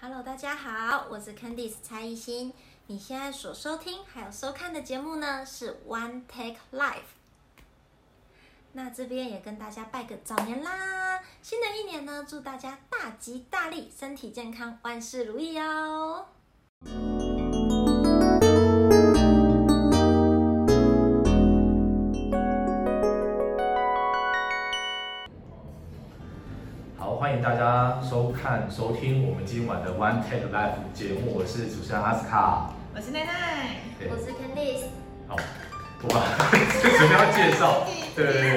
Hello，大家好，我是 Candice 蔡艺兴。你现在所收听还有收看的节目呢是 One Take Live。那这边也跟大家拜个早年啦！新的一年呢，祝大家大吉大利，身体健康，万事如意哦！好，欢迎大家收看、收听我们今晚的 One Take Live 节目，我是主持人阿斯卡。我是奈奈，对，是 Candice，好，哇， 这准备要介绍，对对对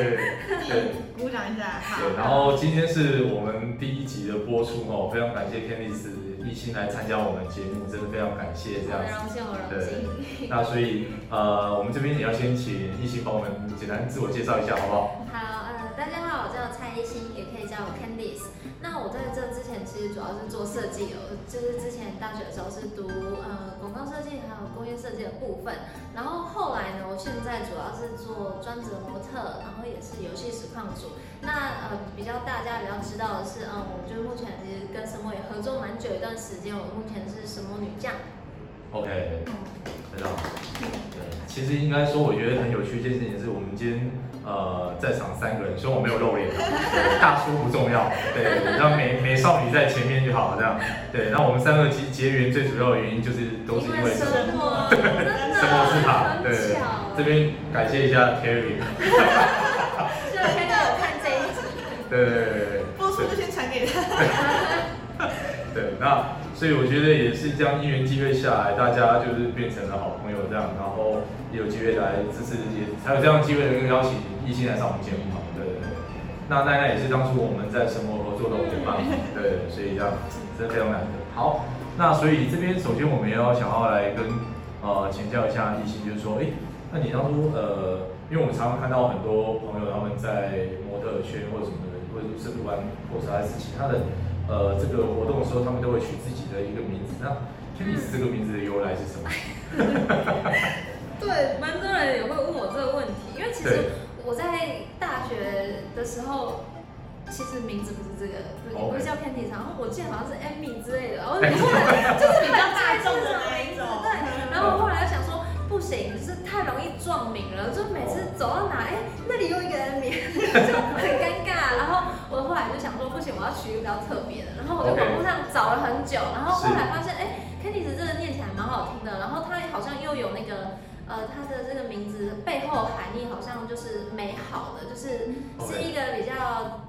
对对。你鼓掌一 下，好对，，然后今天是我们第一集的播出哦，非常感谢 Candice 一心来参加我们节目，真的非常感谢这样子。荣幸，我荣幸。那所以呃，我们这边也要先请一心帮我们简单自我介绍一下，好不好？好，呃，大家好，我叫蔡一新，也可以叫我 Candice。那我在这之前其实主要是做设计的，我就是之前大学的时候是读呃广告设计还有工业设计的部分，然后后来呢，我现在主要是做专职模特，然后也是游戏实况组。那呃比较大家比较知道的是，嗯、我就是目前其实跟神魔也合作蛮久一段时间，我目前是神魔女将。 OK，非常好。对，其实应该说，我觉得很有趣一件事情是，我们今天呃在场三个人，虽然我没有露脸，对大叔不重要，对，让美美少女在前面就好，这样。对，那我们三个结结缘最主要的原因就是都是因为生生活，对真的生活是他很对巧。这边感谢一下 Terry，就看到我看这一集。对对对对播出对就先传给他，对对，那所以我觉得也是这样因缘机会下来，大家就是变成了好朋友这样，然后也有机会来支持，也才有这样的机会能够邀请异性来上我们节目嘛，对对对。那奈奈也是当初我们在生活合作的伙伴，对，所以这样真的非常难得。好，那所以这边首先我们要想要来跟呃请教一下艺兴，就是说，诶，那你当初呃，因为我们常常看到很多朋友他们在模特圈或者什么的，或者是玩或者还是其他的呃这个活动的时候，他们都会取自己的一个名字。那 Candice 这个名字的由来是什么？对，蛮多人也会问我这个问题，因为其对实我在大学的时候，其实名字不是这个，不也不是叫 Candy，然后我记得好像是 Amy 之类的，然后你后来就是比较大众的那一种对，然后我后来又想说。不行，就是太容易撞名了，就每次走到哪，哎、那里有一个人名， 就很尴尬。然后我后来就想说，不行，我要取一个比较特别的。然后我就 OK 网络上找了很久，然后后是来发现，哎、k a n d y 这个念起来蛮好听的，然后它好像又有那个呃，它的这个名字背后含义好像就是美好的，就是是 OK 一个比较，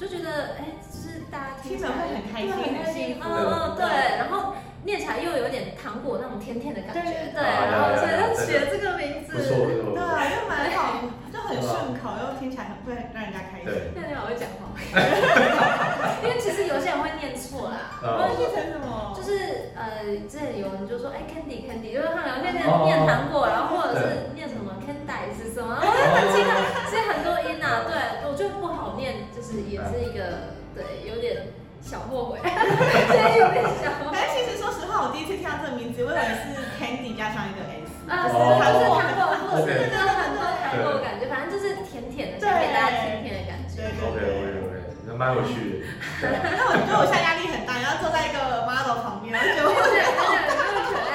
就觉得哎，就是大家听听着起来会很开心对很开很幸心，福嗯嗯对，然后念起来又有点糖果那种甜甜的感觉，对，啊然后对所以对就取了这个名字，不错，不错，对不错。啊，就蛮好，就很顺口，又听起来很会让人家开心。对，那你好会讲话， 因为其实有些人会念错啦，嗯然后念成什么？就是是呃，之前有人就说，哎、c a n d y Candy，就是他们念念哦念糖果，然后或者对是念什么 Candy 是什么，我就很奇怪，所以很多音呐、啊，对，我觉得不好念，就是也是一个对，有点小后悔， 所以有点小后悔。但其实说实话，我第一次听到这个名字，我以为是 Candy 加上一个 S。啊，是哦不是糖果，或者 OK 是真的很多糖果感觉，反正就是甜甜的，想给大家甜甜的感觉。对对 OK OK 对。 OK，那蛮有趣的。对啊但我觉得我现在压力很大，然后坐在一个 model 旁边，我就觉得我对对对，很可爱。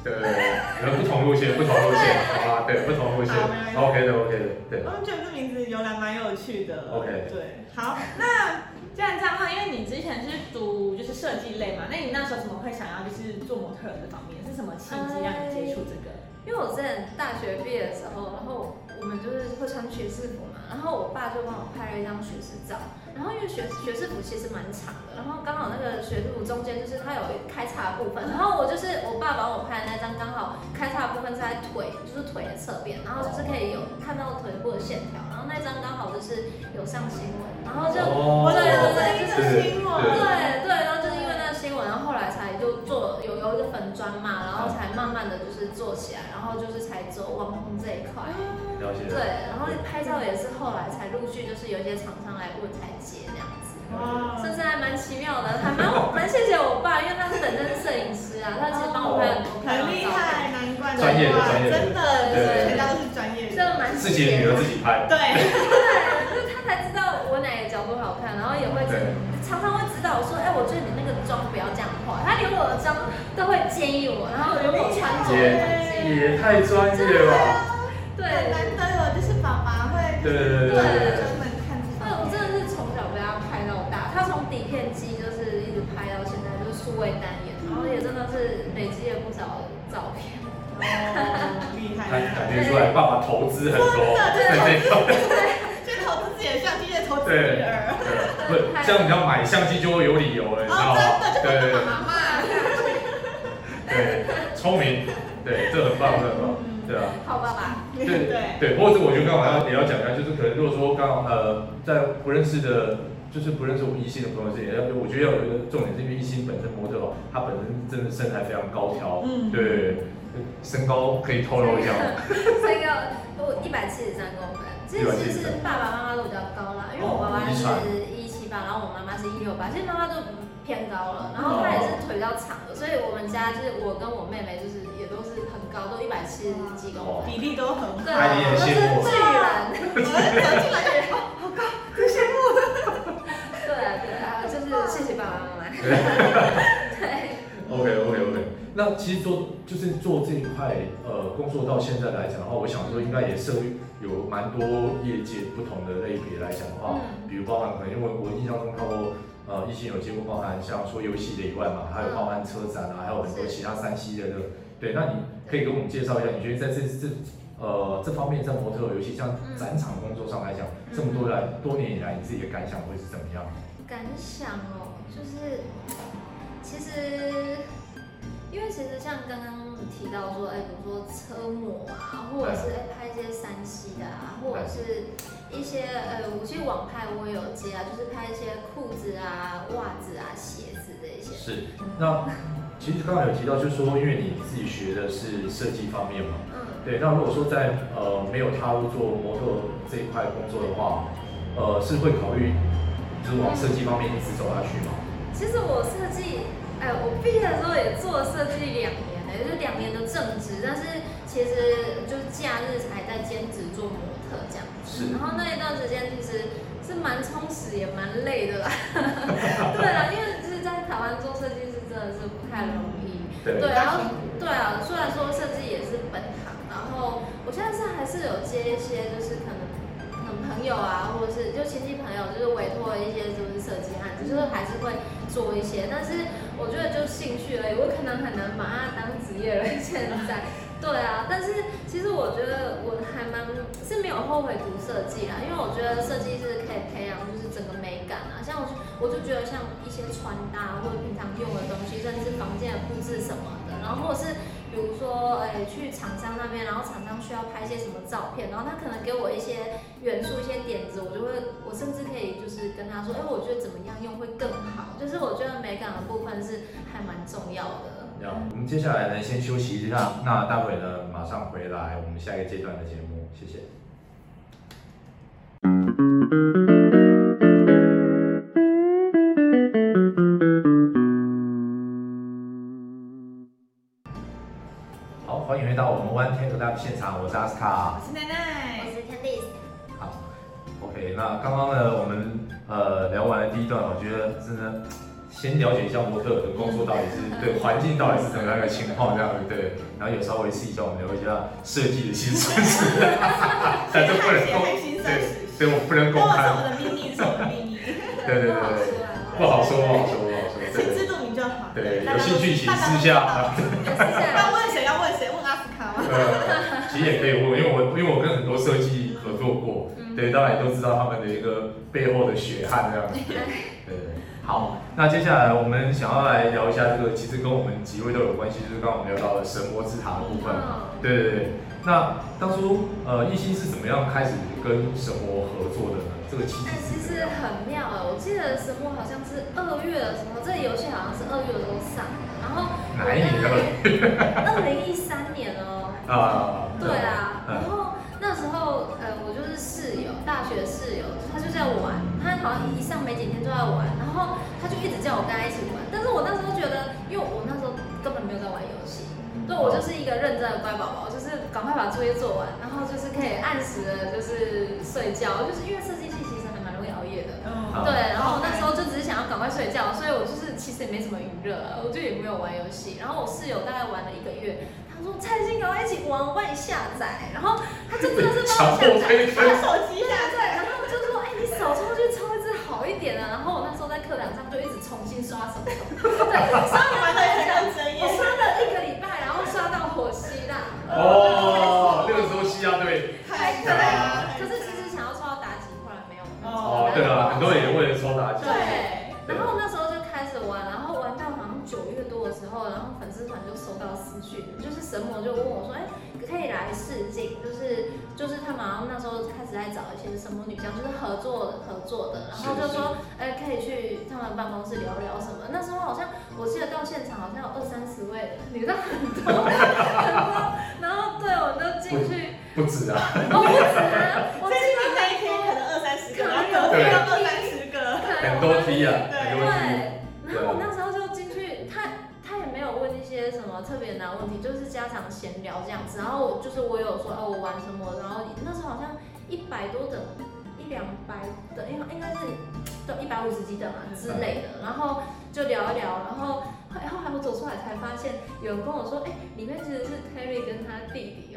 对对对，有呃不同路线，不同路线，好吧？对，不同路线好没关系，OK 的，OK 的，对，哦我觉得哦这名字由来蛮有趣的。 OK 对，好，那既然这样的话，因为你之前是读就是设计类嘛，那你那时候怎么会想要就是做模特儿这方面？是什么契机让你接触这个？因为我之前大学毕业的时候，然后我们就是会穿学士服嘛，然后我爸就帮我拍了一张学士照，然后因为学学士服其实蛮长的，然后刚好那个学士服中间就是它有开叉的部分，然后我就是我爸帮我拍的那张刚好开叉的部分是在腿，就是腿的侧边，然后就是可以有看到腿部的线条，然后那张刚好就是有上新闻，然后就哦对对对这对个新对闻。对对，然后就是因为那个新闻，然后后来才就做有有一个粉砖嘛，然后才慢慢的就是做起来，然后就是才走网红这一块。了解。对，然后拍照也是后来才陆续就是有一些厂商来问才接这样子，哇嗯甚至还蛮奇妙的，还蛮蛮谢谢我爸，因为他是本身是摄影师啊，他其实帮我拍很哦多漂亮很的厉照片，害，难怪，专业的难怪专业的真的，就对是全家都是专业这人。个蛮自己的女儿自己哦拍，对，就是他才知道我哪个角度好看，然后也会知对常常会指导我说，哎、我觉得你那个妆不要这样画，建议我，然后如果穿着也很建议也太专业 了吧？对，难得有就是爸爸会啊对对对对对专门看这对方哦我面真的是从小被他拍到大，他从底片机就是一直拍到现在，就是数位单眼，然后也真的是累积了不少照片。哦厉感害厉害感觉出来爸爸投资很多在这一块。去投资自己的相机，也投资对女儿。对，啊不，这样你要买相机就会有理由了，你知道哦，吗真的？就对跟对爸爸妈妈，对，聪明，对，这很棒，这很棒，对啊。好爸爸，对嗯对对，或者我觉得刚好要也要讲一下，就是可能如果说刚好呃，在不认识的，就是不认识我们异性的朋友之间，要我觉得要有一个重点，是因为异性本身模特哦，他本身真的身材非常高挑，嗯对，身高可以透露一下吗？这个我一百七十三公分，其实其实爸爸妈妈都比较高啦，因为我爸爸哦是一七八，然后我妈妈是一六八，其实妈妈都偏高了，嗯然后她也是腿比较长的，所以我们家就是我跟我妹妹就是也都是很高，都一百七十几哦公分。比例都很好。对，啊阿姨也都羡慕是自然。我走进来就好好羡慕。对啊对啊，就是谢谢爸爸妈妈。对 对， OK OK OK，那其实做就是做这一块呃工作到现在来讲的话，我想说应该也涉猎有蛮多业界不同的类别来讲的话，嗯比如包含可能因为我印象中看过呃异性有接过包含像说游戏的以外嘛，还有包含车展啊，还有很多是其他三 C 的这个对，那你可以给我们介绍一下，你觉得在这这呃这方面在模特游戏像嗯展场工作上来讲，这么多来多年以来你自己的感想会是怎么样？感想哦，就是其实，因为其实像刚刚提到说，哎，比如说车模啊，或者是哎拍一些山西的啊，或者是一些呃，我其实网拍我也有接啊，就是拍一些裤子啊、袜子啊、鞋子这一些。是，那其实刚才有提到，就是说，因为你自己学的是设计方面嘛，嗯，对，那如果说在呃没有踏入做模特这一块工作的话，呃，是会考虑就是往设计方面一直走下去吗？其实我设计，哎，我毕业的时候也做了设计两年呢，也就是两年的正职，但是其实就是假日还在兼职做模特这样。是然后那一段时间其实是蛮充实也蛮累的 啦。对啊，因为就是在台湾做设计师真的是不太容易。对，对，然后对啊，虽然说设计也是本行，然后我现在是还是有接一些，就是可能可能朋友啊，或者是就亲戚朋友，就是委托一些就是设计案子，就是还是会做一些，但是我觉得就兴趣而已，我可能很难把它当职业了。现在，对啊，但是其实我觉得我还蛮是没有后悔读设计啦，因为我觉得设计是可以培养就是整个美感啊，像我就我就觉得像一些穿搭或者平常用的东西，甚至房间的布置什么的，然后或者是比如说，哎、去厂商那边，然后厂商需要拍一些什么照片，然后他可能给我一些元素、一些点子，我就会，我甚至可以就是跟他说，哎、我觉得怎么样用会更好，就是我觉得美感的部分是还蛮重要的。这样我们接下来呢先休息一下，那待会呢马上回来我们下一个阶段的节目，谢谢。好，欢迎回到我们 One Take Lab 现场，我是阿斯卡。我是奶奶，是 Candice，好，OK，那刚刚呢，我们呃聊完了第一段，我觉得真的先了解一下模特的工作到底是对环境到底是怎么样一个情况，这样对不对？然后也稍微试一下，我们聊一下设计的薪水，但是不能血公汗薪水对，所以我不能跟公我是开，我的秘密，是我的秘密，对对对不好对，说啊，不好说，不好说，不好说，心对知肚明就好。对，大有家都兴趣请大家私都知道下。也是这要样。问谁？要问谁？问阿斯卡吗？呃，其实也可以问，因为我因为我跟很多设计合作过，嗯对，当然也都知道他们的一个背后的血汗这样 子。对对，对好，那接下来我们想要来聊一下这个，其实跟我们几位都有关系，就是刚刚我们聊到了神魔之塔的部分。嗯对对对，那当初呃，艺兴是怎么样开始跟神魔合作的呢？这个契机但哎其是怎么实样？很妙哎，我记得神木好像是二月的时候，这个游戏好像是二月的时候上，然后哪一年的二零一三年哦。啊？对啊，嗯然后那时候呃，我就是室友，大学室友，他就在玩，他好像一上没几天就在玩，然后他就一直叫我跟他一起玩，但是我那时候觉得，因为我那时候根本没有在玩游戏，对我就是一个认真的乖宝宝，就是赶快把作业做完，然后就是可以按时的，就是睡觉，就是因为设计系其实还蛮容易熬夜的。嗯，好对，然后我那时候就只是想要赶快睡觉，所以我就是其实也没什么娱乐啊，我就也没有玩游戏。然后我室友大概玩了一个月，他说蔡欣赶快一起玩，我帮你下载。然后他就真的是帮强我下迫载。推把坑，手机啊下对，然后我就说，哎、你手冲去冲一支好一点的、啊然后我那时候在课堂上就一直重新刷手冲，对，刷来，玩的很认真耶。我刷了一个礼拜，然后刷到火希腊。 哦，那个时候西亚队，太可爱了可是其实想要抽到妲己，后来没有。哦，对啊，很多人也为了抽妲己，对，然后那时候就开始玩，然后玩到好像九月多的时候，然后粉丝团就收到私讯，就是神魔就问我说，哎、可以来试镜，就是就是他们好像那时候开始在找一些神魔女将，就是合作的合作的，然后就说，哎、可以去他们办公室聊聊什么。那时候好像我记得到现场好像有二三十位女的，很多 很多，然后对我就进去，不止啊，我不止啊，我所以进你们去那一天可能二三十个，然后隔天要二三十个，可能很有多三十 T 啊，很多 T，对，然后我那时候就进去，他他也没有问一些什么特别难问题，就是家常闲聊这样子。然后我就是我有说哦，我玩什么，然后那时候好像一百多等，一两百等，应应该是对一百五十几等啊之类的。然后就聊一聊，然后后后来我走出来才发现，有人跟我说，哎、里面其实是 Terry 跟他弟弟。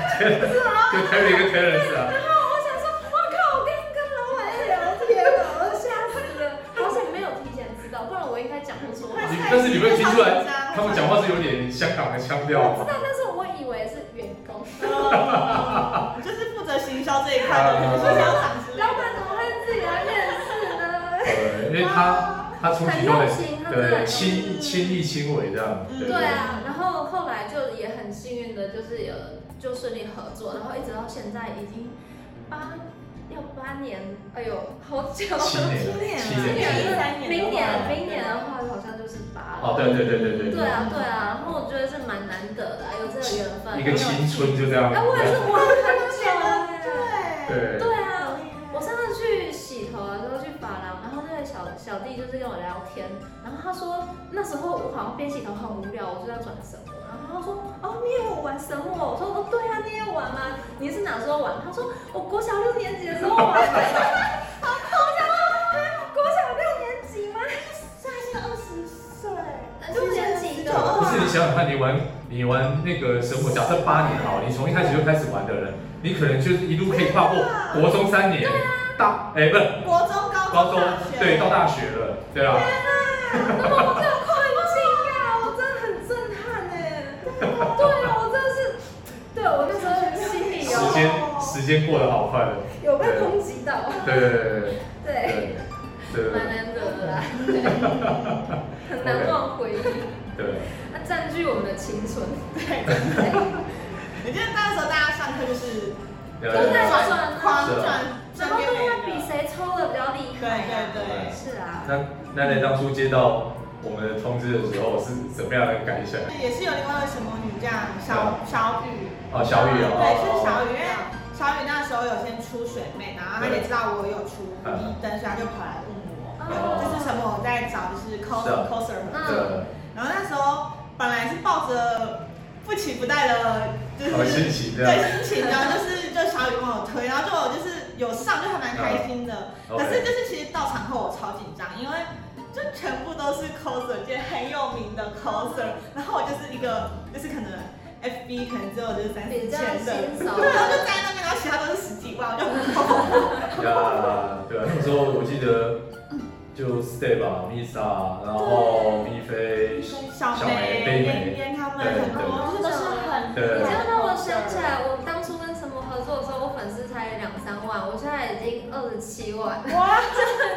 就 Terry 跟 Terence 啊，然后我想说，我哦靠，我跟一个老板在聊天了，我吓死了，好险没有提前知道，不然我应该讲不出话。你但是你会听出来，他们讲话是有点香港的腔调啊我知，道，但是我以为是员工。哦就是负责行销这一块的，比啊如说校长之类老板的。怎么会自己来面试呢？对，因为他他出很题都用很心，他真的对，很亲用亲心。力亲为这样，嗯对对啊，然后后来就也很幸运的，就是有就顺利合作，然后一直到现在已经八要八年，哎呦，好久。七年了，七今年，七年一年，三年，明年明年的话好像就是八了。哦，对对对对对对啊对啊，然后我觉得是蛮难得的，啊有这个缘分。一个青春就这样哎，，我也是玩很久了耶。对，对啊，我上次去洗头的时候去发廊，然后那个小小弟就是跟我聊天，然后他说那时候我好像边洗头很无聊，我就在转神魔，然后他说哦你也有玩神魔，我说哦对啊你也玩吗？你是哪时候玩？他说我国小六年级的时候玩的。我想说啊国小六年级吗？现在是二十岁，六年级的不话是你想想看，你玩你玩那个神魔，假设八年好，你从一开始就开始玩的人，你可能就是一路可以跨过国中三年，啊大哎不是国中、高高中中、对到大学了，对啊，那么快不行啊！我真的很震撼哎！对啊，我真的是，对我那时候心里哦时有间时间过得好快了，有被抨击到，对对对对对对。对对蛮难得的啦，对很难忘回忆，对对。它占据我们的青春。你记得那时候大家上课就是对都在对转狂转，然后都会比谁抽的比较厉对害啊。对对。是啊，那奈奈当初接到我们的通知的时候是怎么样的感想？也是有另外一个神魔女将小小雨，哦，小雨哦，对，是小雨，因为小雨那时候有先出水妹，然后她也知道我有出嗯一灯，所以她就跑来问我，就是什么我在找就是嗯 coser coser 合作，的然后那时候本来是抱着不期不待的，就是好哦心情这样，对心情，然后就是就小雨帮我推，然后就就是有上就还蛮开心的， 可是就是其实到场后我超紧张，因为就全部都是 coser 界很有名的 coser，然后我就是一个就是可能 FB 可能只有就是三四比较千的，新手对，。然后就站在那边，然后其他都是十几万，我就 很恐怖。呀，对啊，那时候我记得就 Step 啊，Misa，然后蜜菲，小小梅、梅边贝梅，边他们很多就是都是很对你知道让我想起来，我当初跟什么合作的时候，我粉丝才两三万，我现在已经二十七万。哇，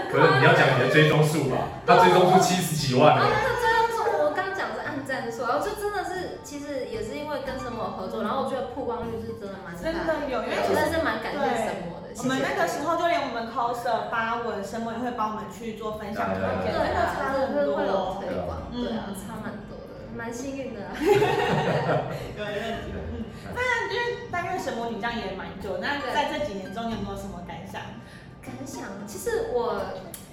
可是你要讲你的追踪数吧，他追踪数七十几万然后了，那个最终是我刚讲的是按赞数，然后就真的是，其实也是因为跟神魔合作，然后我觉得曝光率是真的蛮真大的，的有，因为其真实的是蛮感谢神魔的。谢我谢们那个时候就连我们 coser 发文，生文也会帮我们去做分享推荐，对真的啊，差真很的会多。有推广，嗯对啊，差蛮多的，蛮幸运的啊。有问题。嗯，那因为担任神魔女将也蛮久，那在这几年中你有没有什么感想？感想，其实我，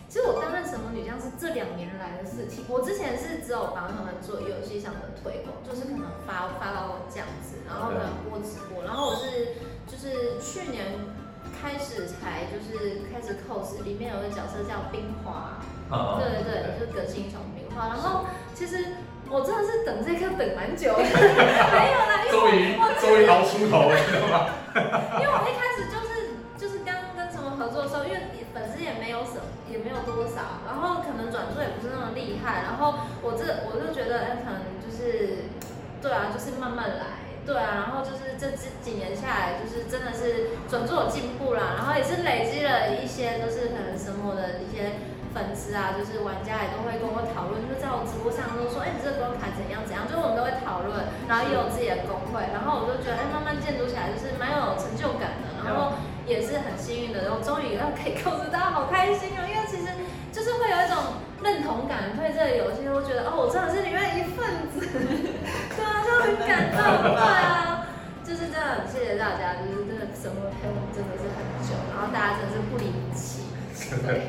其实我担任什么女将是这两年来的事情。我之前是只有帮他们做游戏上的推广，就是可能发发到这样子，然后可能播直播，然后我是就是去年开始才就是开始 cos，里面有个角色叫冰华，啊对对对，就是革新英雄冰华。然后其实我真的是等这个等蛮 久的，没有啦，因为终于终于熬出头了，你 知道吗？ 因为我一开始就是就是刚跟什么合作的时候，因为粉丝也没有什也没有多少，然后可能转注也不是那么厉害，然后我这我就觉得，哎，可能就是对啊，就是慢慢来。对啊，然后就是这这几年下来，就是真的是转注有进步啦，然后也是累积了一些，就是可能生活的一些粉丝啊，就是玩家也都会跟我讨论，就在我直播上都说，哎、你这个关卡怎样怎样，就是我们都会讨论，然后也有自己的工会，然后我就觉得，哎、慢慢建筑起来就是蛮有成就感的，然后也是很幸运的，然后终于要可以控制到，好开心哦，因为其实就是会有一种认同感，对这个游戏会觉得，哦，我真的是里面的一份子，对啊，就很感动，对啊。就是真的很谢谢大家，就是真的生活陪我们真的是很久，然后大家真的是不离不弃，对。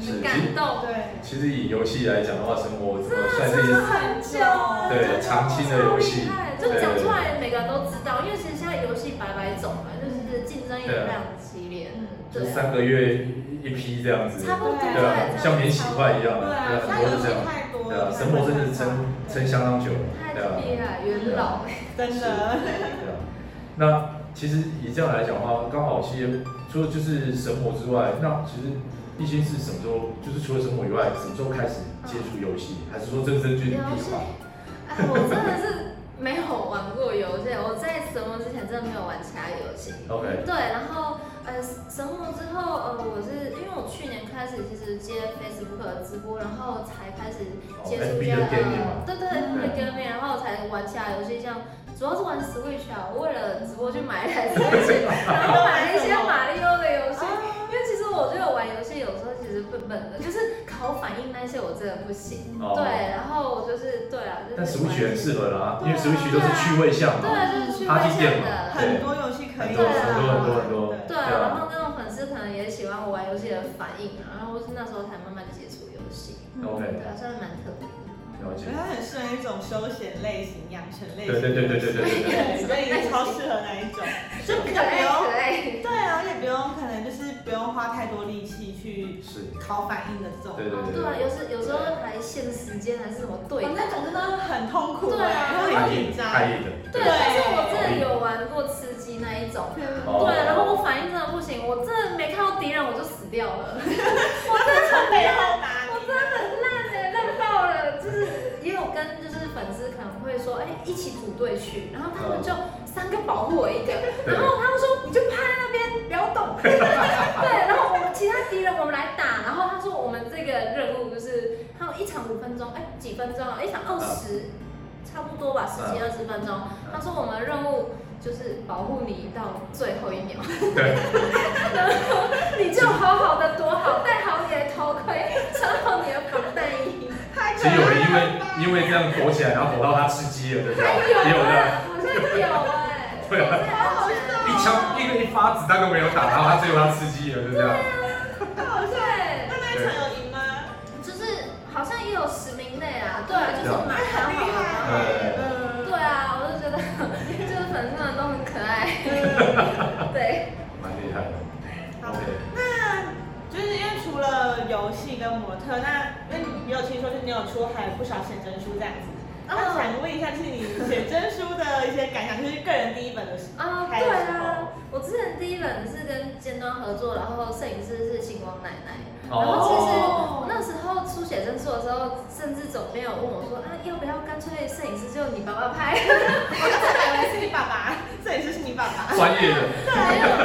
是很感动，对，其实以游戏来讲的话，生活真的算真的是很久了，对长期的超游厉戏，害，就讲出来每个人都知道，因为其实现在游戏百百种嘛，就是竞争也非常激烈，嗯就对是啊，三个月一批这样子，差不多，对啊对，像免洗块一样，对啊，啊，很现在多游是戏这样，太多对啊了，，神魔真的撑撑相当久，太对啊，厉害，元老，真的，对啊。那其实以这样来讲的话，刚好其实除了就是神魔之外，那其实一心是什么时候？就是除了神魔以外，什么时候开始接触游戏？还是说真正就是第一游戏把？啊哎，我真的是没有玩过游戏，我在什么之前真的没有玩其他游戏， OK，对，然后呃，神魔之后，呃，我是因为我去年开始其实接 Facebook 的直播，然后才开始接触一些、哦，FB 的 gaming 嘛呃，对对嗯 FB 的 gaming，然后才玩其他游戏，像主要是玩 Switch 啊，我为了直播去 买一台 Switch，然后买了一些马里奥的啊游戏。因为其实我觉得玩游戏有时候其实笨笨的，就是考反应那些我真的不行。哦嗯对，然后我就是对啊，就但是玩 Switch 很适合啦，因对啊为 Switch 都是趣味项嘛。对，啊就是去它是外电脑向的。很多游戏可很以玩多很多很多很多对对对，啊然后那种粉丝可能也喜欢我玩游戏的反应啊，然后我是那时候才慢慢接触游戏， OK，对啊，算是蛮特别的。了解所以。它很适合一种休闲类型、养成类对型。对对对对对对对。对，所以超适合那一种，就比可较不爱用，可爱，对啊，而且不用可能就是不用花太多力气去是，考反应的这种，对对对对啊，有时有时候还限时间还是什么对哦那种真的很痛苦，欸对啊会太硬很紧张，太硬的，对，啊但是我真的有玩过吃鸡那一种，哦对，啊然后我反应真的不行，我真的没看到敌人我就死掉了，我真的从背后打我你，真的很烂哎，烂爆了，就是也有跟就是粉丝可能会说，哎，一起组队去，然后他们就三个保护我一个，对然后他们说你就趴在那边不要动，对，然后我们其他敌人我们来打，然后他说我们这个任务就是他们一场五分钟，哎几分钟啊，一场二十、差不多吧，十几二嗯十分钟。他说我们的任务就是保护你到最后一秒，对，然后 你就好好的躲好，戴好你的头盔，穿好你的防弹衣。太可其实有人因爱为了吧。因为这样躲起来，然后躲到他吃鸡了，对不对？有也 有的，啊，好像有哎、对啊我真的好像一枪一个一发子弹都没有打，然后他最后他吃鸡了，就这样。好像对那那一场有赢吗？就是好像也有十名内啊，对啊，就是蛮哎很好厉的害，嗯，对啊，我就觉得 就是粉丝们都很可爱，嗯对，蛮厉害的。好 OK，那就是因为除了游戏跟模特，那因为你有听说，就是你有出还有不少写真书这样子。那想问一下，就是你写真书的一些感想，就是个人第一本的时候啊、拍对的时啊候，，我之前第一本是跟尖端合作，然后摄影师是星光奶奶。然后其实哦我那时候出写真书的时候，甚至总编有问我说啊，要不要干脆摄影师就你爸爸拍？我刚才以为是你爸爸，摄影师是你爸爸。专业的，还有呢，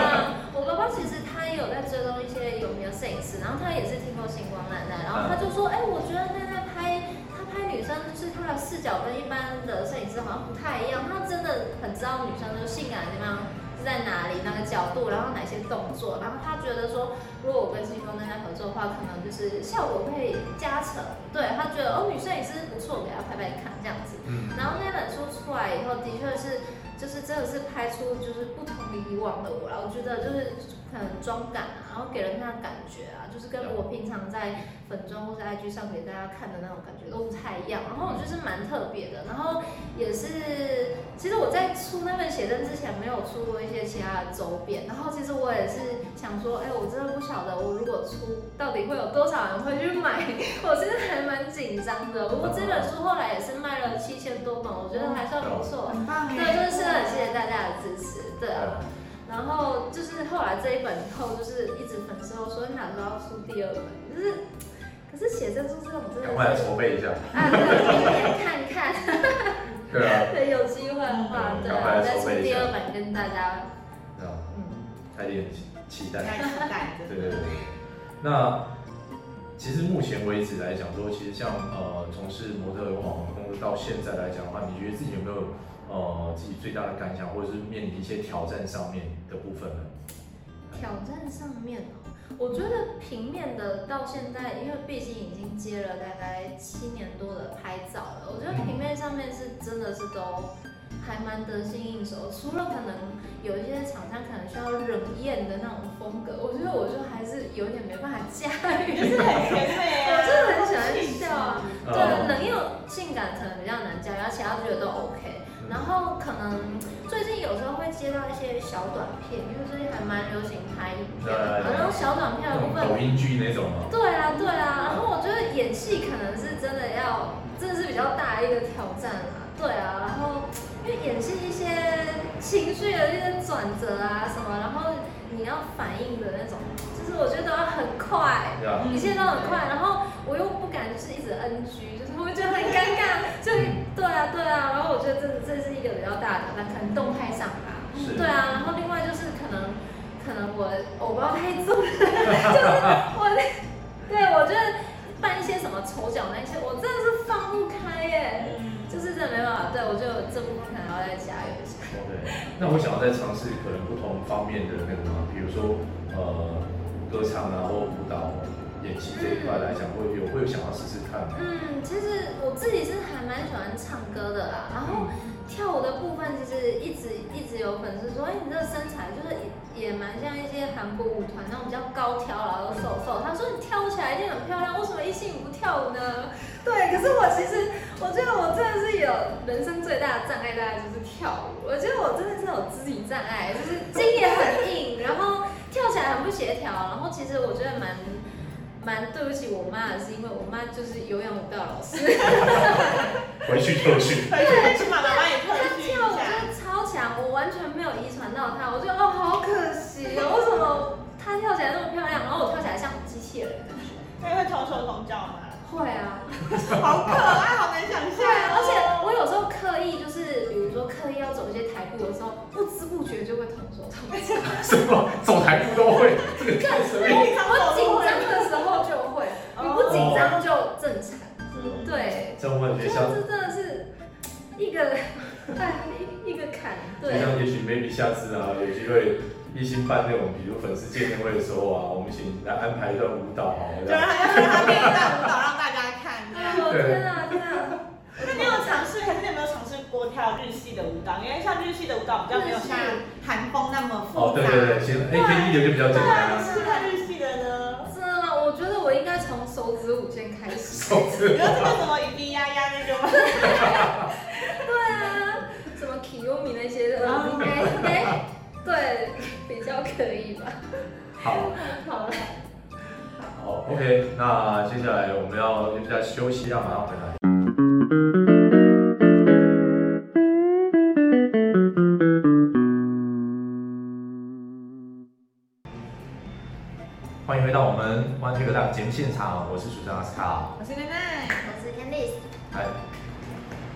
我爸爸其实他也有在追踪一些有名的摄影师，然后他也是听过星光奶奶，然后他就说，哎、我觉得奈奈拍她拍女生，就是她的视角跟一般的摄影师好像不太一样，她真的很知道女生的性感的地方是在哪里，那个角度，然后哪些动作，然后他觉得说，如果我跟星光奈奈合作的话，可能就是效果会加成，对他觉得哦，女摄影师不错，给她拍拍看这样子。嗯，然后那本书出来以后，的确是，就是真的是拍出就是不同以往的我啦。我觉得就是可能妆感啊，后给人那感觉啊，就是跟我平常在粉妆或是 IG 上给大家看的那种感觉都不太一样。然后我就是蛮特别的，然后也是，其实我在出那份写真之前没有出过一些其他的周边，然后其实我也是想说，哎、我真的不晓得我如果出到底会有多少人会去买， 我真的还蛮紧张的。不过这本书后来也是卖了七千多本，我觉得还算不哦错。很棒对，哎，就是很谢谢大家的支持，对啊。然后就是后来这一本以后，就是一直粉丝都说你哪时候要出第二本，就是，可是写真书这种真的赶快来是，筹备一下，啊，对，明年看看，对啊，对，有机会的话，对赶快啊，来再筹备出一第下二本跟大家，对啊，嗯，还有点期待。太期待对真对的对。那其实目前为止来讲，说其实像呃从事模特儿网红工作到现在来讲的话，你觉得自己有没有呃自己最大的感想，或者是面临一些挑战上面的部分呢？挑战上面哦，我觉得平面的到现在，因为毕竟已经接了大概七年多的拍照了，我觉得平面上面是真的是都还蛮得心应手，除了可能有一些厂商可能需要冷艳的那种风格，我觉得我就还是有点没办法驾 驭。就是很甜美啊，我真的很喜欢笑啊对，呃冷艳性感可能比较难驾驭，而且他觉得都 OK。然后可能最近有时候会接到一些小短片，因为最近还蛮流行拍影片的嘛，对然后小短片那的部种抖分音剧那种吗？对啊，对啊，然后我觉得演戏可能是真的要，真的是比较大一个挑战啊。对啊，然后因为演戏一些情绪的一些转折啊什么，然后你要反应的那种，就是我觉得要很快，对啊，一切都很快，然后我又不敢就是一直 NG，就是我觉得很尴尬，就对啊对啊，然后我觉得这这是一个比较大的挑战，可能动态上吧。是，对啊，然后另外就是可能可能我偶包太重了，就是我那对我觉得办一些什么丑角那些，我真的是放不开耶，就是真的没办法。对我觉得我这部分可能要再加油一下。 OK，那我想要再尝试可能不同方面的那个嘛，比如说呃歌唱啊，或舞蹈、演戏这一块来讲，会有会想要试试看吗。嗯，其实我自己是还蛮喜欢唱歌的啦，然后跳舞的部分其实一直一直有粉丝说，哎、你这个身材就是也也蛮像一些韩国舞团那种比较高挑然后瘦瘦，他说你跳起来一定很漂亮，为什么一心你不跳舞呢？对，可是我其实我觉得我真的是有人生最大的障碍，大概就是跳舞。我觉得我真的是有肢体障碍，就是 筋也很硬，然后跳起来很不协调。然后其实我觉得蛮蛮对不起我妈的，是因为我妈就是有氧舞蹈老师，回去特训，回去去把妈妈也她特训一跳舞下。真的超强，我完全没有遗传到她。我觉得哦，好可惜哦，为什么她跳起来那么漂亮，然后我跳起来像机器人的感觉？那会同手同脚吗？会啊。好可爱，好难想象对，而且哦。我有时候刻意就是，比如说刻意要走一些台步的时候，不知不觉就会同手 同脚。什么走台步都会，这个太神秘了。平常我走紧路张会的时候就会，哦你不紧张就正常。对，这种感就觉是像，这真的是一个哎一一个坎，就对。像也许 maybe 下次啊，有机会一心办那种，比如粉丝见面会的时候啊，我们请来安排一段舞蹈好啊对，了。还要让他练一段舞蹈让大家看。这哎样呦天啊天啊！那你有尝试，还是你有没有尝试过跳日系的舞蹈？因为像日系的舞蹈比较没有像韩风那么复杂。哦，对对对，行，A K E 的就比较简对啊，单啊。你是跳日系的呢？真的吗？我觉得我应该从手指舞先开始。手你指有什么什么一臂呀呀那种吗？对啊，什么 Kiyomi 那些的，应该应该对比较可以吧？啊好，好了。好，OK，那接下来我们要就在休息一下，马上回来。欢迎回到我们 One Take Live 节目现场，我是主持人阿斯卡。我是奈奈。我是 Candice，哎，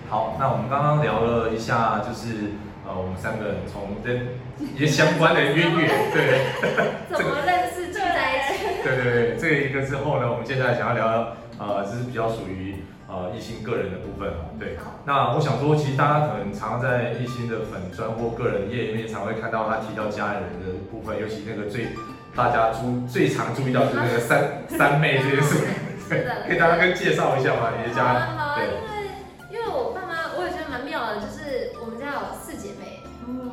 好，那我们刚刚聊了一下，就是呃，我们三个人从这一些相关的渊源，对怎么认识聚在一起？对对对，这一个之后呢，我们接下来想要聊聊呃，就是比较属于呃艺兴个人的部分啊，对。好，那我想说，其实大家可能常常在艺兴的粉砖或个人页面，常会看到他提到家人的部分，尤其那个最大家注最常注意到就是那个 三三妹哎这件事，是的，可以大家跟介绍一下吗？你的好家人？啊好啊，对因为因为我爸妈，我也觉得蛮妙的，就是我们家有四哦姐妹，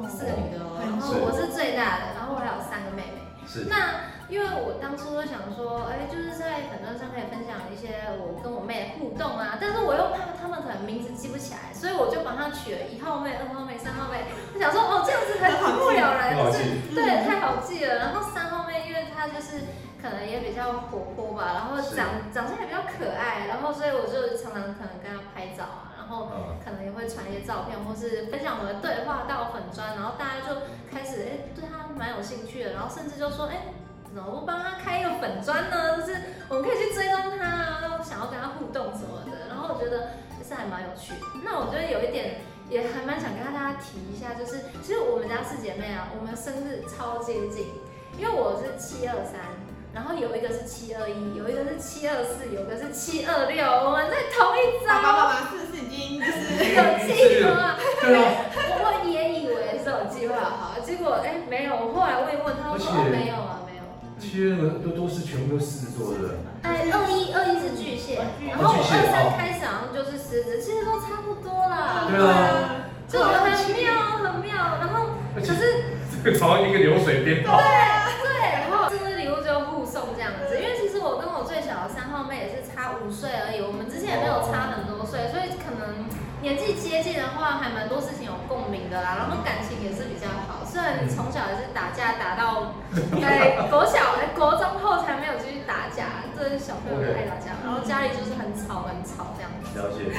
四个女的哦，然后我是最大的，然后我还有三个妹妹。是那因为我当初就想说，哎，就是在粉砖上可以分享一些我跟我妹的互动啊，但是我又怕他们可能名字记不起来，所以我就把它取了一号妹、二号妹、三号妹，我想说哦这样子很好不了人，很好就记是对太好记了。然后三号妹因为她就是可能也比较活泼吧，然后是长长相也比较可爱，然后所以我就常常可能跟她拍照啊，然后嗯，可能也会传一些照片，或是分享我们的对话到粉砖，然后大家就开始哎、对他蛮有兴趣的，然后甚至就说哎、怎么不帮他开一个粉砖呢？就是我们可以去追踪他啊，想要跟他互动什么的。然后我觉得就是还蛮有趣的。那我觉得有一点也还蛮想跟大家提一下，就是其实我们家四姐妹啊，我们生日超接近，因为我是七二三。然后有一个是七二一，有一个是七二四，有一个是七二六，我们在同一张。爸爸爸爸是不是已 经就是有计划，对啊，我我也以为是有计划好，结果哎、没有，我后来问一问，他而且说哦没有啊没有。七月份都都是全部都狮子座的，哎，二一二一是巨蟹，然后巨我蟹二哦三开始好像就是狮子，其实都差不多啦，对啊，就我觉得很妙很妙。然后而可且是 这个好像一个流水鞭炮，对，然后生日礼物就互送这样子，因为其实我跟我最小的三号妹也是差五岁而已，我们之前也没有差很多岁，所以可能年纪接近的话，还蛮多事情有共鸣的啦，然后感情也是比较好，虽然从小也是打架打到哎国小哎国中后才没有继续打架，这是小朋友太爱打架，然后家里就是很吵很吵这样子。了解，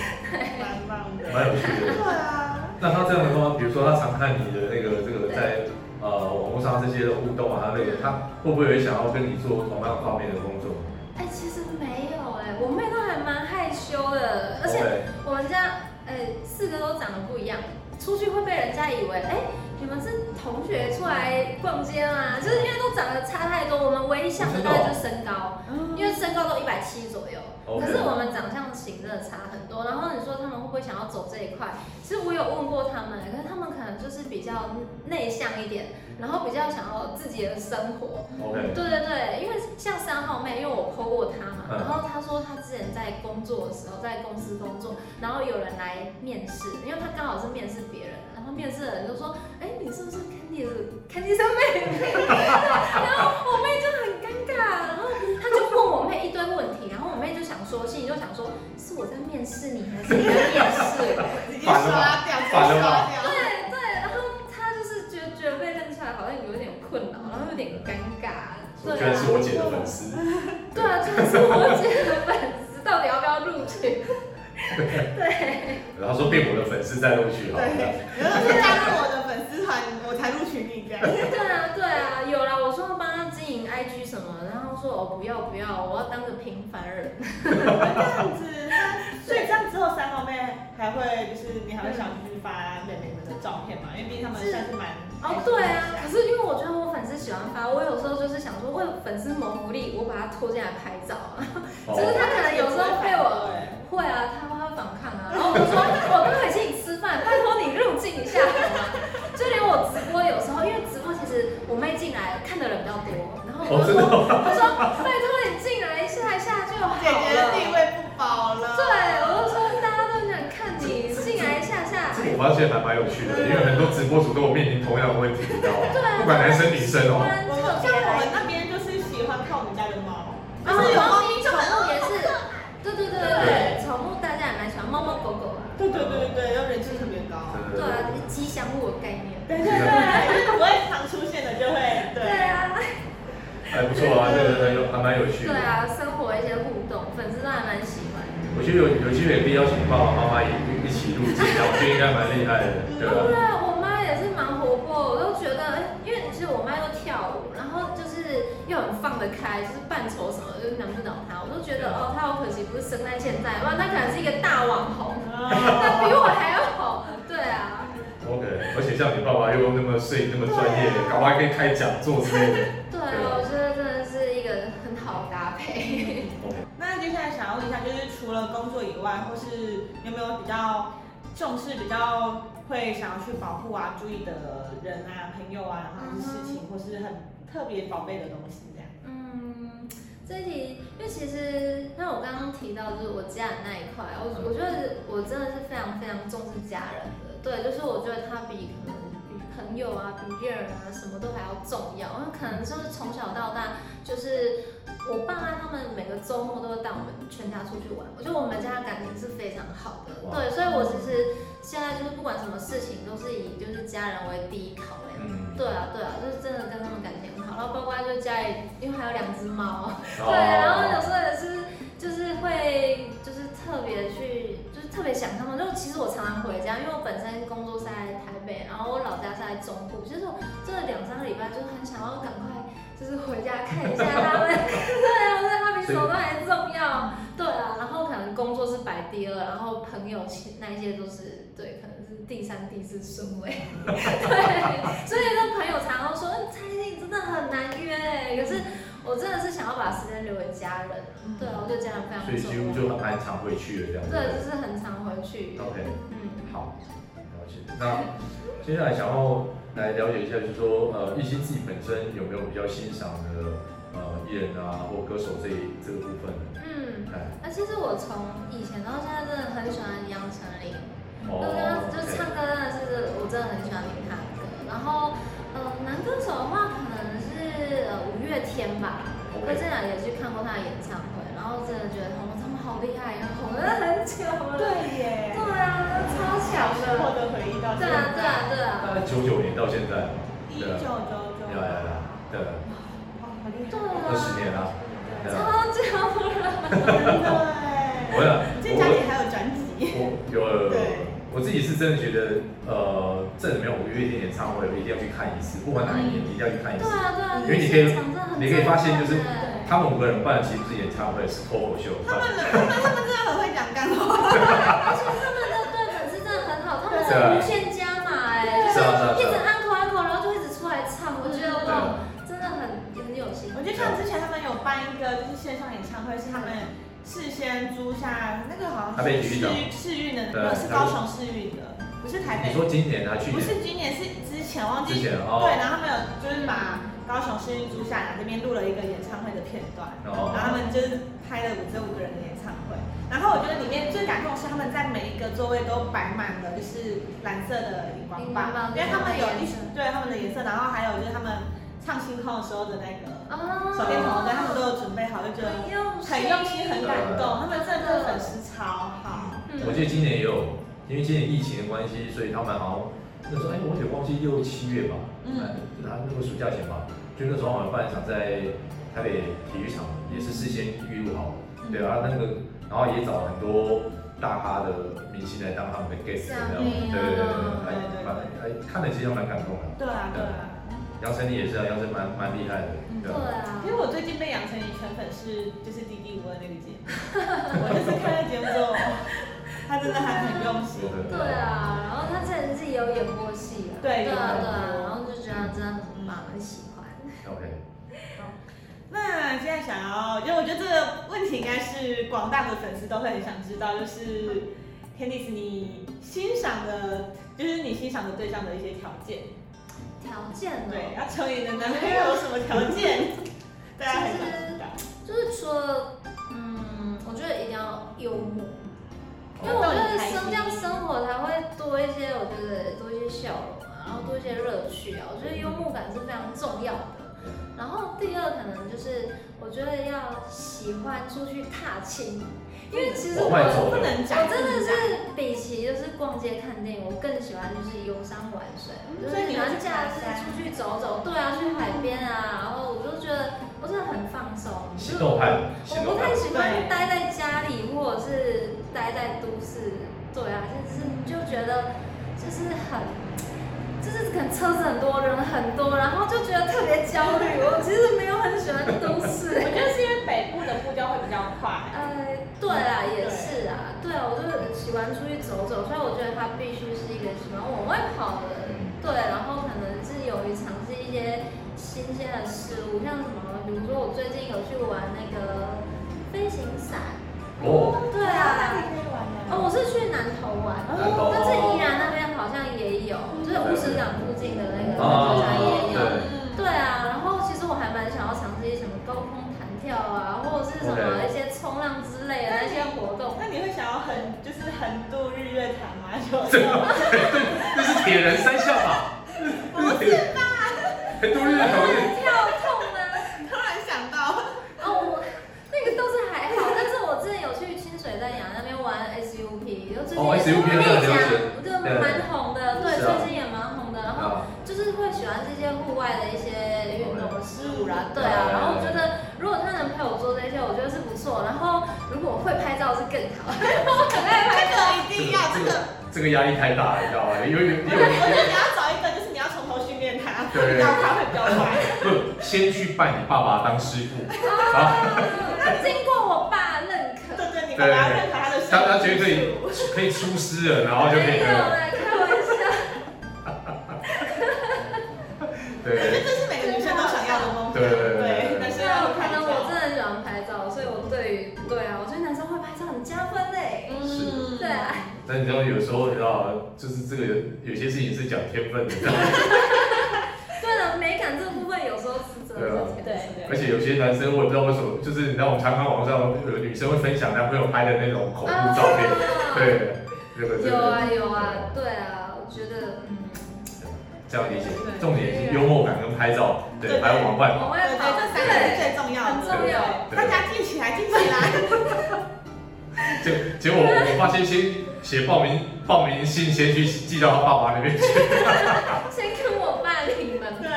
蛮棒的。蛮有趣的。对啊，那他这样的话，比如说他常看你的那个这个在呃网络上这些的互动啊，那个他会不会也想要跟你做同样方面的工作？哎、其实没有哎、我妹都还蛮害羞的，而且 OK，我们家呃四个都长得不一样，出去会被人家以为哎、你们是同学出来逛街啦、就是因为都长得差太多，我们唯一像的大概就是身高，嗯因为身高都一百七左右。 OK 可是我们长相型真的差很多，然后你说他们会不会想要走这一块？其实我有问过他们，可是他们可能就是比较内向一点，然后比较想要自己的生活， OK，对啊对对，因为像三号妹，因为我 PO 过她嘛，嗯然后她说她之前在工作的时候，在公司工作，然后有人来面试，因为她刚好是面试别人，然后面试的人就说，哎，你是不是 Candy 的 Candy 三妹？然后我妹就很尴尬，然后她就问我妹一堆问题，然后我妹就想说，心里就想说，是我在面试你，还是你在面试我？直接刷掉，直接刷掉。对对，然后她就是觉得觉得被认出来，好像有点困扰，然后有点尴尬。对我啊居然是我姐的粉丝，对啊，真的是我姐的粉丝，到底要不要录取？然后说变我的粉丝再录取好了。对，然后就加入我的粉丝团，我才录取你这样。对啊，对啊，有啦，我说帮她经营 IG 什么，然后她说我不要不要，我要当个平凡人。这样子，那所以这样之后，三号妹还会就是你还会想去发妹妹们的照片嘛？因为毕竟他们算是蛮哦，对啊，可是因为我觉得我粉丝喜欢发，我有时候就是想说为了粉丝谋福利，我把她拖进来拍照啊。就是哦，她可能有时候被我会啊，他会反抗啊，然后我就说，我刚才请你吃饭，拜托你入境一下好吗？就连我直播有时候，因为直播其实我妹进来看的人比较多，然后我就说，我说拜托你进来一下一下就好了。姐姐的地位不保了。对，我就说大家都很想看你进来一下下。这个我发现还蛮有趣的，因为很多直播主跟我面临同样的问题，你知道啊吗？不管男生女生不哦，然我们特别像我来们那边就是喜欢看我们家的猫，然后猫咪宠物也是，对对对对对，宠物大家也蛮喜欢，猫猫狗狗啊，对对对对对，又人气特别高。对啊，吉祥物的概念。对对对，就是不会常出现的就会对对。啊。还不错啊，这个很有还蛮有趣对的。啊，生活一些互动，粉丝都还蛮喜欢的。我觉得有有机会可以邀请爸爸妈妈也一起录这样，我觉得应该蛮厉害的，对哦对吧？啊，我妈也是蛮活泼，我都觉得，哎因为其实我妈又跳舞，然后就是又很放得开，就是扮丑什么的，就是难不倒她。我都觉得，哦，她好可惜，不是生在现在，不然她可能是一个大网 红，她比我还要红。对啊， OK，而且像你爸爸又那么睡那么专业，搞不好还可以开讲座之类的。对啊，我觉得真的是一个很好的搭配。 OK， 那接下来想要问一下，就是除了工作以外，或是有没有比较重视、比较会想要去保护啊、注意的人啊、朋友啊，然后是事情，或是很特别宝贝的东西这样？嗯，这一题，因为其实那我刚刚提到就是我家人那一块，我我觉得我真的是非常非常重视家人的，对，就是我觉得他比可能比朋友啊、别人啊，什么都还要重要。那可能就是从小到大，就是我爸妈他们每个周末都会带我们全家出去玩。我觉得我们家的感情是非常好的，哇对，所以我其实现在就是不管什么事情都是以就是家人为第一考量。嗯，对啊，对啊，就是真的跟他们感情很好，然后包括就是家里，因为还有两只猫，哦对，然后有时候也是就是会就是特别去就是特别想他们，就其实我常常回家，因为我本身工作是在台北，然后我老家是在中部，其实我这两三个礼拜就很想要赶快就是回家看一下他们， 对啊，我觉得他比什么都还重要，对啊，然后可能工作是摆第二，然后朋友其那一些都是对，可能是第三、第四顺位， 对，所以那朋友常常说，嗯蔡依林真的很难约欸，可是。我真的是想要把时间留给家人，嗯对啊，我对家人非常所以几乎重就要。哦很常回去了这样子。对，就是很常回去。 OK，嗯，好，了解。那接下来想要来了解一下，就是说，呃，艺兴自己本身有没有比较欣赏的呃艺人啊，或歌手这一这个部分？嗯，哎，那其实我从以前到现在真的很喜欢杨丞琳，就是他哦，就是唱歌真的是我真的很喜欢听他的歌。然后，呃，男歌手的话可能是呃五月天吧，我 OK，这两年也去看过他的演唱会，然后真的觉得哦他们好厉害，红了很久了。对耶，对啊，超强获 得的。回忆到对现啊，对啊在，，对啊。大概九九年到现在，一九九九，对啊，对啊，哇，哦好厉害，对二十年了。对啊，超久了。我对，想这家啊我里还有专辑，我有有有有对我自己是真的觉得，呃，这里面五月天演唱会我一定要去看一次，不管哪一年，一定要去看一次。对啊，对啊，因为你可以现场真的很你可以发现震就撼是欸他们五个人办的其实不是演唱会，是脱口秀。他们的他们他们真的很会讲干话，而且他们的对粉丝真的很好，他们是无限加码哎，就啊啊是是啊是一是直啊安口安口，然后就一直出来唱，我觉得对哇，啊，真的很很有心。我就像之前他们有办一个就是线上演唱会，是他们事先租下那个好像是市市运的，没有是高雄市运的，不是台你北，说今年啊，去不年是今年是之前忘之记，前对，哦，然后他们有就是把高雄市运租下来这边录了一个演唱会的片段，然然后他们就是拍了五这五个人的演唱会，然后我觉得里面最感动的是他们在每一个座位都摆满了就是蓝色的荧光荧光棒棒，因为他们有一就是他们的颜色对他们的颜色，然后还有就是他们唱星空的时候的那个啊手电筒，对他们都有准备好，就觉得很用很用心，很感动，他们真的对对粉丝超好，嗯哦我记得今年也有，因为今年疫情的关系，所以他们好像那时候哎，我有点忘记六七月吧，嗯嗯，然后那个暑假前吧，就那时候好像办一场在台北体育场，也是事先预录好，嗯对啊，那个然后也找很多大咖的明星来当他们的 guest 像那样，对你啊对对对，还对对蛮还看了其实蛮感动的。对啊对啊。杨丞琳也是啊，杨丞蛮蛮厉害的，对对啊。啊其，实我最近被养成一圈粉是就是弟弟我的那个节目，我就是看了节目之后，他真的还很用心。对啊，然后他之前自己有演过戏啊，对对啊有对啊，然后就觉得真的很棒，很喜欢。 OK，那现在想要，因为我觉得这个问题应该是广大的粉丝都会很想知道，就是 Candice 你欣赏的，就是你欣赏的对象的一些条件，条件哦呢？对，要成为你的男朋友有什么条件？大家很想知道。就是说，嗯，我觉得一定要幽默，因为要我逗觉你得哦开心生这样生活才会多一些，我觉得多一些笑容啊，然后多一些乐趣啊。我觉得幽默感是非常重要的。嗯然后第二可能就是，我觉得要喜欢出去踏青，因为其实我往外走不能我讲，真的是比起就是逛街看电影，我更喜欢就是游山玩水，嗯就是所以你喜欢会去爬假日山出去走走，对啊，去海边啊，然后我就觉得我真的很放松，就是行动派，行动我不派太，喜欢待在家里，或者是待在都市。对啊，就是就觉得就是很，就是可能车子很多，人很多，然后就觉得特别焦虑。我其实没有很喜欢都市。 我觉得是因为北部的步调会比较快，呃，对啊，也是啊，对啊，我就是喜欢出去走走，所以我觉得它必须是一个喜欢往外跑的人。嗯对，然后可能是勇于尝试一些新鲜的事物，像什么，比如说我最近有去玩那个飞行伞，哦，对那啊你，可以玩的。哦，我是去南投玩，南投但是 宜兰那边好像也有，就是乌石港附近的那个好像也哦有。对嗯对啊，然后其实我还蛮想要尝试一些什么高空弹跳啊，或者是什么 OK 一些冲浪之类啊的那些 活动。那你会想要横就是横渡日月潭吗？就这是铁人三项嘛，是吧？很多日头是跳痛吗？突然想到，哦，我那个倒是还好，但是我之前有去清水断崖那边玩哦，SUP 很流 SUP，然后最近也是跟你讲行，对，蛮红的，对，是啊最近也蛮红的，然后。啊，就是会喜欢这些户外的一些运动的事物嗯啦，对啊，然后我觉得如果他能陪我做这些，我觉得是不错。然后如果会拍照是更好，我很爱这拍照。个一定要，这个这个压力太大了，你知道吗？因为因我为觉得你要找一个，就是你要从头训练他，对让他会比较快。不先去拜你爸爸当师傅，啊经过我爸认可，对对，你把他认可他的他他觉得可技以 术。可以出师了，然后就可没以有喝了。啦，开玩笑。我觉得对这是每个女生都想要的梦想。对对对对，对男虽生然要我可看能到我真的很喜欢拍照，所以我对于对啊，我觉得男生会拍照很加分嘞。嗯是对啊，但你知道有时候你知道，就是这个有些事情是讲天分的，你知道吗？ 对了，美感这部分有时候是真的是天对生。而且有些男生我也不知道为什么，就是你知道我们常看网上有女生会分享男朋友拍的那种恐怖照片，啊对，这个这有个啊有啊，对啊，我觉得嗯。这样理解，重点是幽默感跟拍照，对，对还有往外跑，往对外对，跑，这三个是最重要的。很重要。对大家记起来，记起来。结结果我发现先写报名报名信先去寄到他爸爸那边去， 先跟我爸领门票，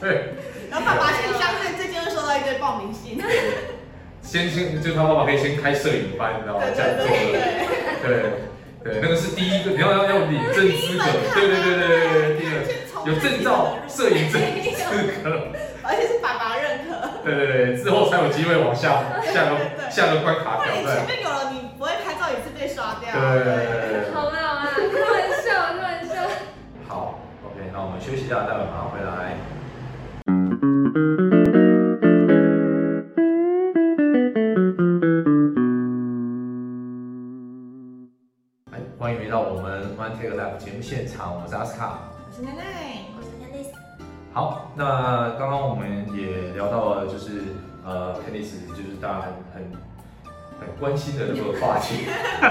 对，对，然后爸爸信箱最最近又收到一堆报名信。对先先就他爸爸可以先开摄影班，你知道吗？对这样做对的，对。对对，那个是第一个，你要要要领证资格，对对啊对对对对，第一个有证照摄影证资格。而且是爸爸认可。对对对，之后才有机会往下下个下个关卡不然挑你前战。面有了，你不会拍照也是被刷掉。对对对对对。好不好啊？开玩笑，开 玩笑。好，OK，那我们休息一下，待会马上回来。哎，欢迎回到我们 One Take Live 节目现场，我是阿斯卡。我是奈奈。我是 Candice，好，那刚刚我们也聊到了，就是呃 k e n n y 就是大家很很很关心的这个话题。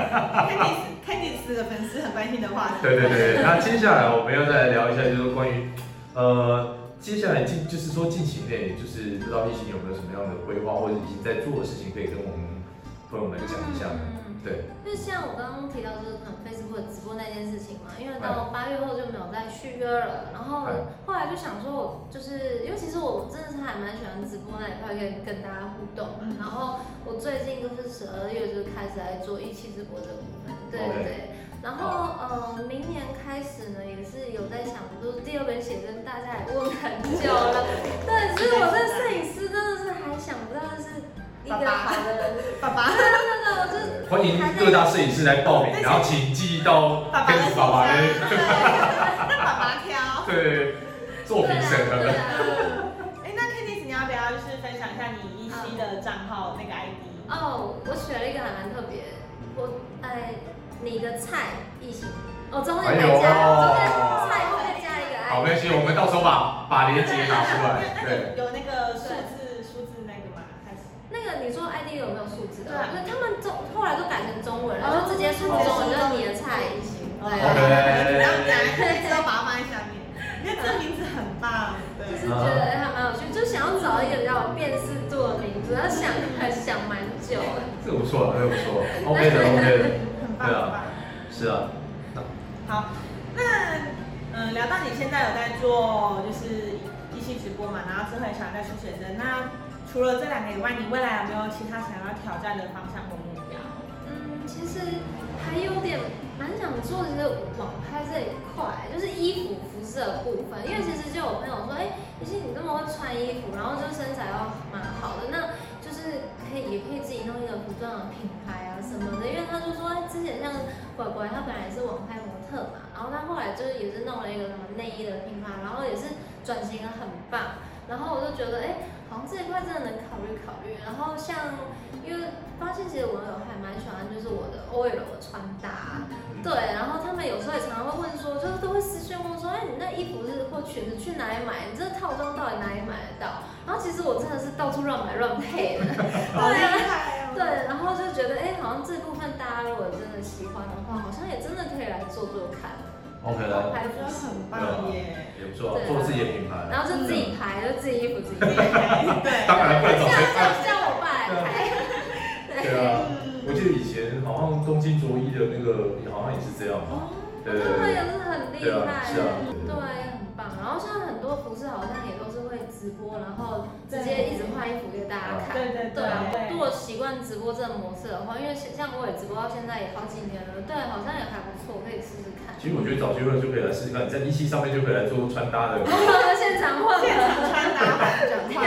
Candice Candice 的粉丝很关心的话题。对对对，那接下来我们要再来聊一下，就是关于呃，接下来近就是说近期内，就是不知道疫情有没有什么样的规划，或者已经在做的事情，可以跟我们朋友们讲一下。嗯，对，因为像我刚刚提到就是可能 Facebook 直播那件事情嘛，因为到八月后就没有再续约了，然后哎后来就想说，我就是因为其实我真的是还蛮喜欢直播那一块，可以跟大家互动嗯嘛。然后我最近就是十二月就开始在做一期直播这部分，对对 OK 对。然后呃，明年开始呢，也是有在想，就是第二本写真，大家也问很久了，对，只是我这摄影师真的是还想不到是一个好的人，爸爸真的我就是。欢迎各大摄影师来报名，然后请寄到爸爸 k e 的 n 信 n 爸爸箱。的对，爸爸 挑。对作品审对核。啊对啊哎，那 Candice 你要不要就是分享一下你一期的账号那个 ID？ 嗯哦，我选了一个还蛮特别，我哎，你的菜异形，哦，中间哎呦再加，中间菜后面加一个好，没关爱，系，我们到时候把把链接拿出来。对，有那个数字数字那个吗？还是那个你说 ID 有没有数字对的？啊那他们中后来都改成中文了，哦就直接数字中文就是你的菜异形，然对，哎后等下可以知道把它放在下面，因为这名字很棒。就对是。觉得还蛮有趣，就想要找一个比较有辨识度的名字，要想还想蛮久的。这个不错，这个不 错，OK 啊的，OK 的，很棒，很棒。是啊，好，那嗯，聊到你现在有在做就是一期直播嘛，然后之后也想要再出写真，那除了这两个以外，你未来有没有其他想要挑战的方向或目标？嗯，其实还有点蛮想做的是网拍这一块，就是衣服服饰的部分，因为其实就有朋友说，哎、其实你这么会穿衣服，然后就身材又蛮好的，那就是可以也可以自己弄一个服装的品牌啊什么的，因为他就说哎之前像乖乖，他本来也是网拍模特嘛，然后他后来就是也是弄了一个什么内衣的品牌，然后也是转型的很棒，然后我就觉得哎、好像这一块真的能考虑考虑，然后像。因为发现其实网友还蛮喜欢，就是我的 OL 的穿搭，嗯对，然后他们有时候也常常会问说，就是都会私讯问说，哎，你那衣服是或裙子去哪里买？你这套装到底哪里买得到？然后其实我真的是到处乱买乱 配的，好厉对啊，害哦！对，然后就觉得，哎，好像这部分大家如果真的喜欢的话，好像也真的可以来做做看， OK 然了，后拍我觉服得饰，很棒耶。也不错啊，对做自己的品牌啊，然后就自己拍，就自己衣服自己对拍。对，当然不能这找谁样这样拍，这样我爸来拍。对啊。我记得以前好像东京卓一的那个好像也是这样嘛，对对哦他们也对，是很厉对啊害，是啊对对，很棒。然后像很多服饰好像也都是会直播，然后直接一直换衣服给大家看。对对对啊，如果习惯直播这个模式的话，因为像我也直播到现在也好几年了，对，好像也还不错，可以试试看。其实我觉得找学问就可以来试试看，在一期上面就可以来做穿搭的， 现场换现的，场穿搭版转换，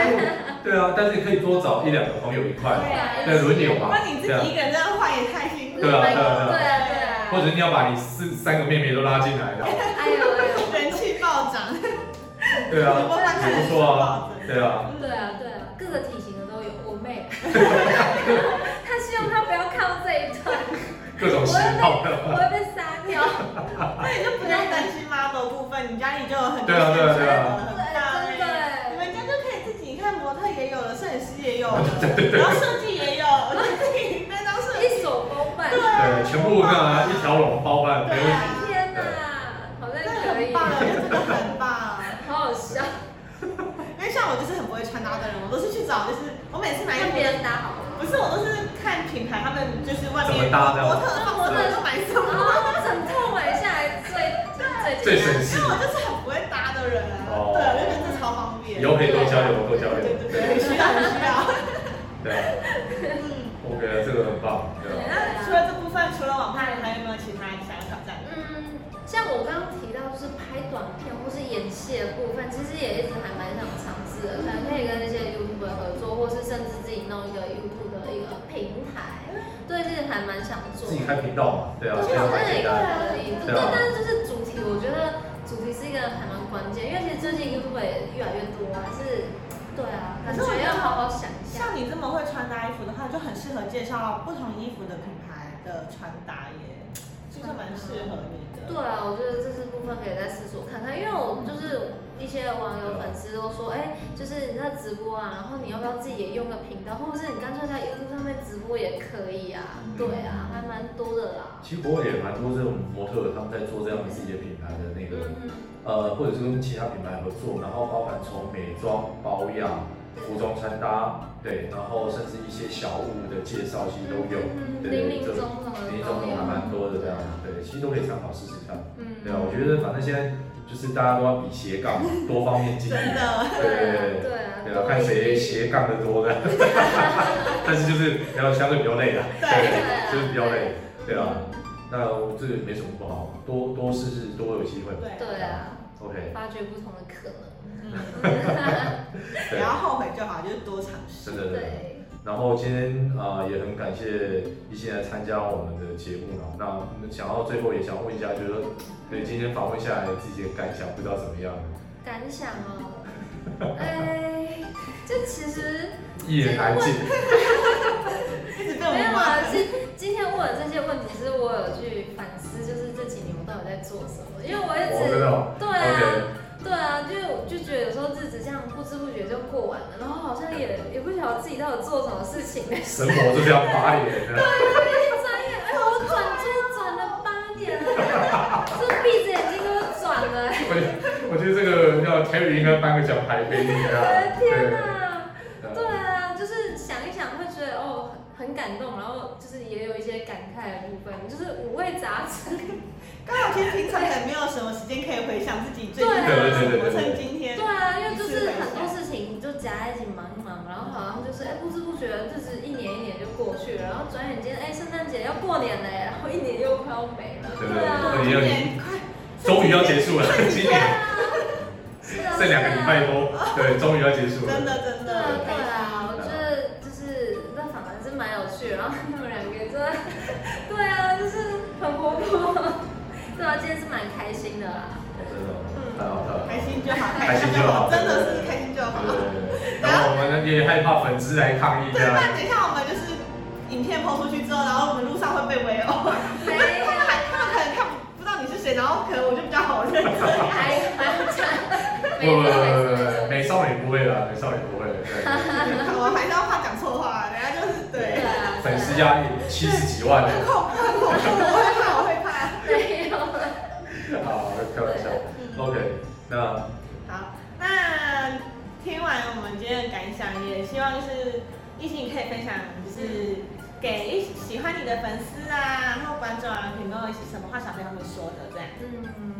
对啊，但是可以多找一两个朋友一块 嘛，对轮流嘛那你自己一个人这样换也太辛苦对啊对啊对啊对或啊，者你要把你四三个妹妹都拉进来，然 后哎呦哎呦，人气暴涨，对啊，直播翻看也人不气错暴啊增，。对啊，对啊对啊，各个体型的都有，我妹，她希望她不要看到这一段，各种型号的，我会被杀掉。那你就不用担心 model 部分，你家里就有很多对啊对啊对啊很棒对真的哎，你们家就可以自己，你看模特也有了，摄影师也有了，然后设计也有，我就自己那张设计，一手包办。对对，啊全部那一条龙包办，没对问题。啊，天哪，好像真的可很以，棒，我觉得真的很棒。好好笑，因为像我就是很不会穿搭的人，我都是去找，就是我每次买衣看服别，人搭好了。不是我都是看品牌，他们就是外怎面么搭的模特放模特都买什然么，后整套买下来最最最简单省因事为，我就是很不会搭的人啊，哦对，我就觉得这超方便。以后可以多交流，多交对流。对对，很需要很需要。对啊嗯， ，OK，这个很棒，对啊，那除了这部分，除了网拍，你还有没有其他想要挑战的？嗯，像我刚刚提到，就是拍短片或是演戏的部分，其实也一直还蛮想尝试的，可能可以跟那些 YouTuber 合作，或是甚至自己弄一个 YouTube 的一个平台，对，这个还蛮想做自。己开频道嘛，对啊，我觉非得常好像也简单。可以，对，但是就是主题，我觉得主题是一个还蛮关键，因为其实最近 YouTube 也越来越多，还是对啊，感觉要好好想一下。像你这么会穿搭衣服的话，就很适合介绍不同衣服的品牌的穿搭耶，其实蛮适合你的。对啊，我觉得这是部分可以再思索看看，因为我就是一些网友粉丝都说，哎、就是你在直播啊，然后你要不要自己也用个频道，或者是你干脆在 YouTube 上面直播也可以啊。对啊，还蛮多的啦。其实国外也蛮多这种模特，他们在做这样自己的品牌的那个，嗯呃，或者是跟其他品牌合作，然后包含从美妆、保养、服装穿搭，对，然后甚至一些小物的介绍，其实都有，嗯对零对，零这总总的林总都总还蛮有。多的这样，对，其实都可以参考试试看。嗯对啊，我觉得反正现在就是大家都要比斜杠，多方面经营，真的，对对啊，对啊，看谁斜杠的多的，但是就是比较相对比较累啊，对，就是比较累，对啊，那我这个没什么不好，多多试试，多有机会嘛。对，对啊， OK，发掘不同的可能。嗯，不对要，后悔就好，就是多尝试真。的。对，然后今天啊、呃也很感谢一心来参加我们的节目啊。那想要最后也想问一下，就是说对今天访问下来自己的感想，不知道怎么样？感想哦， 哎，这其实。一言难尽，一直被我们没有骂啊，，今今天问的这些问题是我有去反思，就是这几年我到底在做什么？因为我一我真的直哦对啊， OK，对啊，就就觉得有时候日子这样不知不觉就过完了，然后好 像也也不晓得自己到底做什么事情。神魔就这样八年的，转眼，哎，我转圈转了八年了，是闭着眼睛给我转了。我觉得我觉得这个要 Terry 应该颁个奖牌给你我的啊。天哪！对对啊，就是想一想会觉得哦很很感动，然后就是也有一些感慨的部分，就是五味杂陈。刚好其实平常也没有什么时间可以回想自己最近对啊的对对对活对成今天对。啊，因为就是很多事情你就夹在一起忙一忙，然后好像就是哎、不知不觉日子一年一年就过去了，然后转眼间哎圣诞节要过年了耶，然后一年又快要没了。对对啊，对今对，年快终于要结束了，今对年啊，是啊，剩两个礼拜多，对，终于要结束了真。的真对啊的，对啊，我觉得就是那反而是蛮有趣的，然后你们两个真的，对啊，就是很活泼， 对啊，今天是蛮开心的啦。真的，太好太好。开心啊就好，开心就好真的是开心就好。对，啊然后我们也害怕粉丝来抗议对，这不样。然等一下我们就是影片抛出去之后，然后我们路上会被围殴，没因 为他们还他们可能看不知道你是谁，然后可能我就比较好认。 还蛮不惨，不不不没啊不，美少女不会啦，美少女不会。对，我还是要怕讲错话，等一下就是对，对啊，粉丝压力七十几万呢。很恐怖，很恐怖，我会怕，我会怕。没有。好，啊他们说的这样？嗯，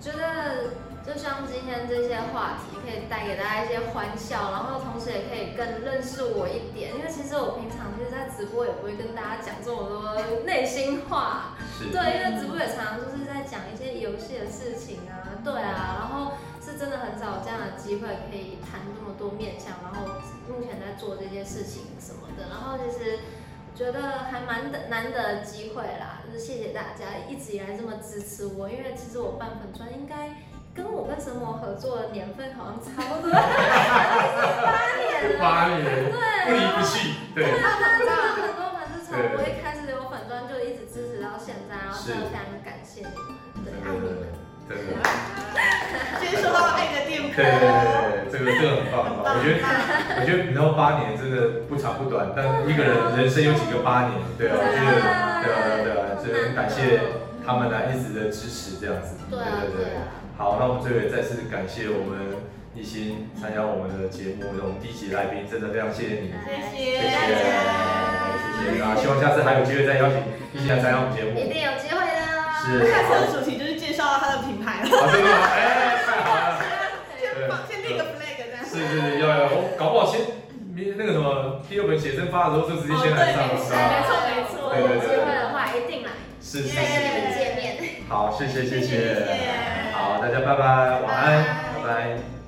觉得就像今天这些话题，可以带给大家一些欢笑，然后同时也可以更认识我一点，因为其实我平常就是在直播也不会跟大家讲这么多内心话，是，对，因为直播也常常就是在讲一些游戏的事情啊，对啊，然后是真的很少有这样的机会可以谈这么多面向，然后目前在做这些事情什么的，然后其实。觉得还蛮的难得的机会啦，就是谢谢大家一直以来这么支持我，因为其实我办粉专应该跟我跟神魔合作的年份好像差不多， 八 年了，八年对，不离不弃，对，那那真的很多粉丝从我一开始有粉专就一直支持到现在，然后真的非常感谢你们，对，爱你们。真的。今天说到爱的电对波，对对对，这个这个很棒，很棒。我觉得，我觉得你知道八年真的不长不短，但一个人人生有几个八年？对啊，我觉得，对啊，对啊，所以很感谢他们来一直的支持，这样子。对啊对啊，好，那我们最后也再次感谢我们一心参加我们的节目，我们第一集来宾真的非常谢谢你，谢谢谢，谢大家，谢谢大家，希望下次还有机会再邀请一心来参加我们节目。一定有机会的。是，下次的主题就是介绍他的品牌了，好，真的吗？哎，太好了。先放先立个 flag 这样。是是是，要要，我搞不好先明那个什么第二本写真发的时候就直接先来上了，是吧？有机会的话一定来，是是再跟你们是，见面。好，谢谢谢谢谢谢，好，大家拜拜，晚安，拜拜拜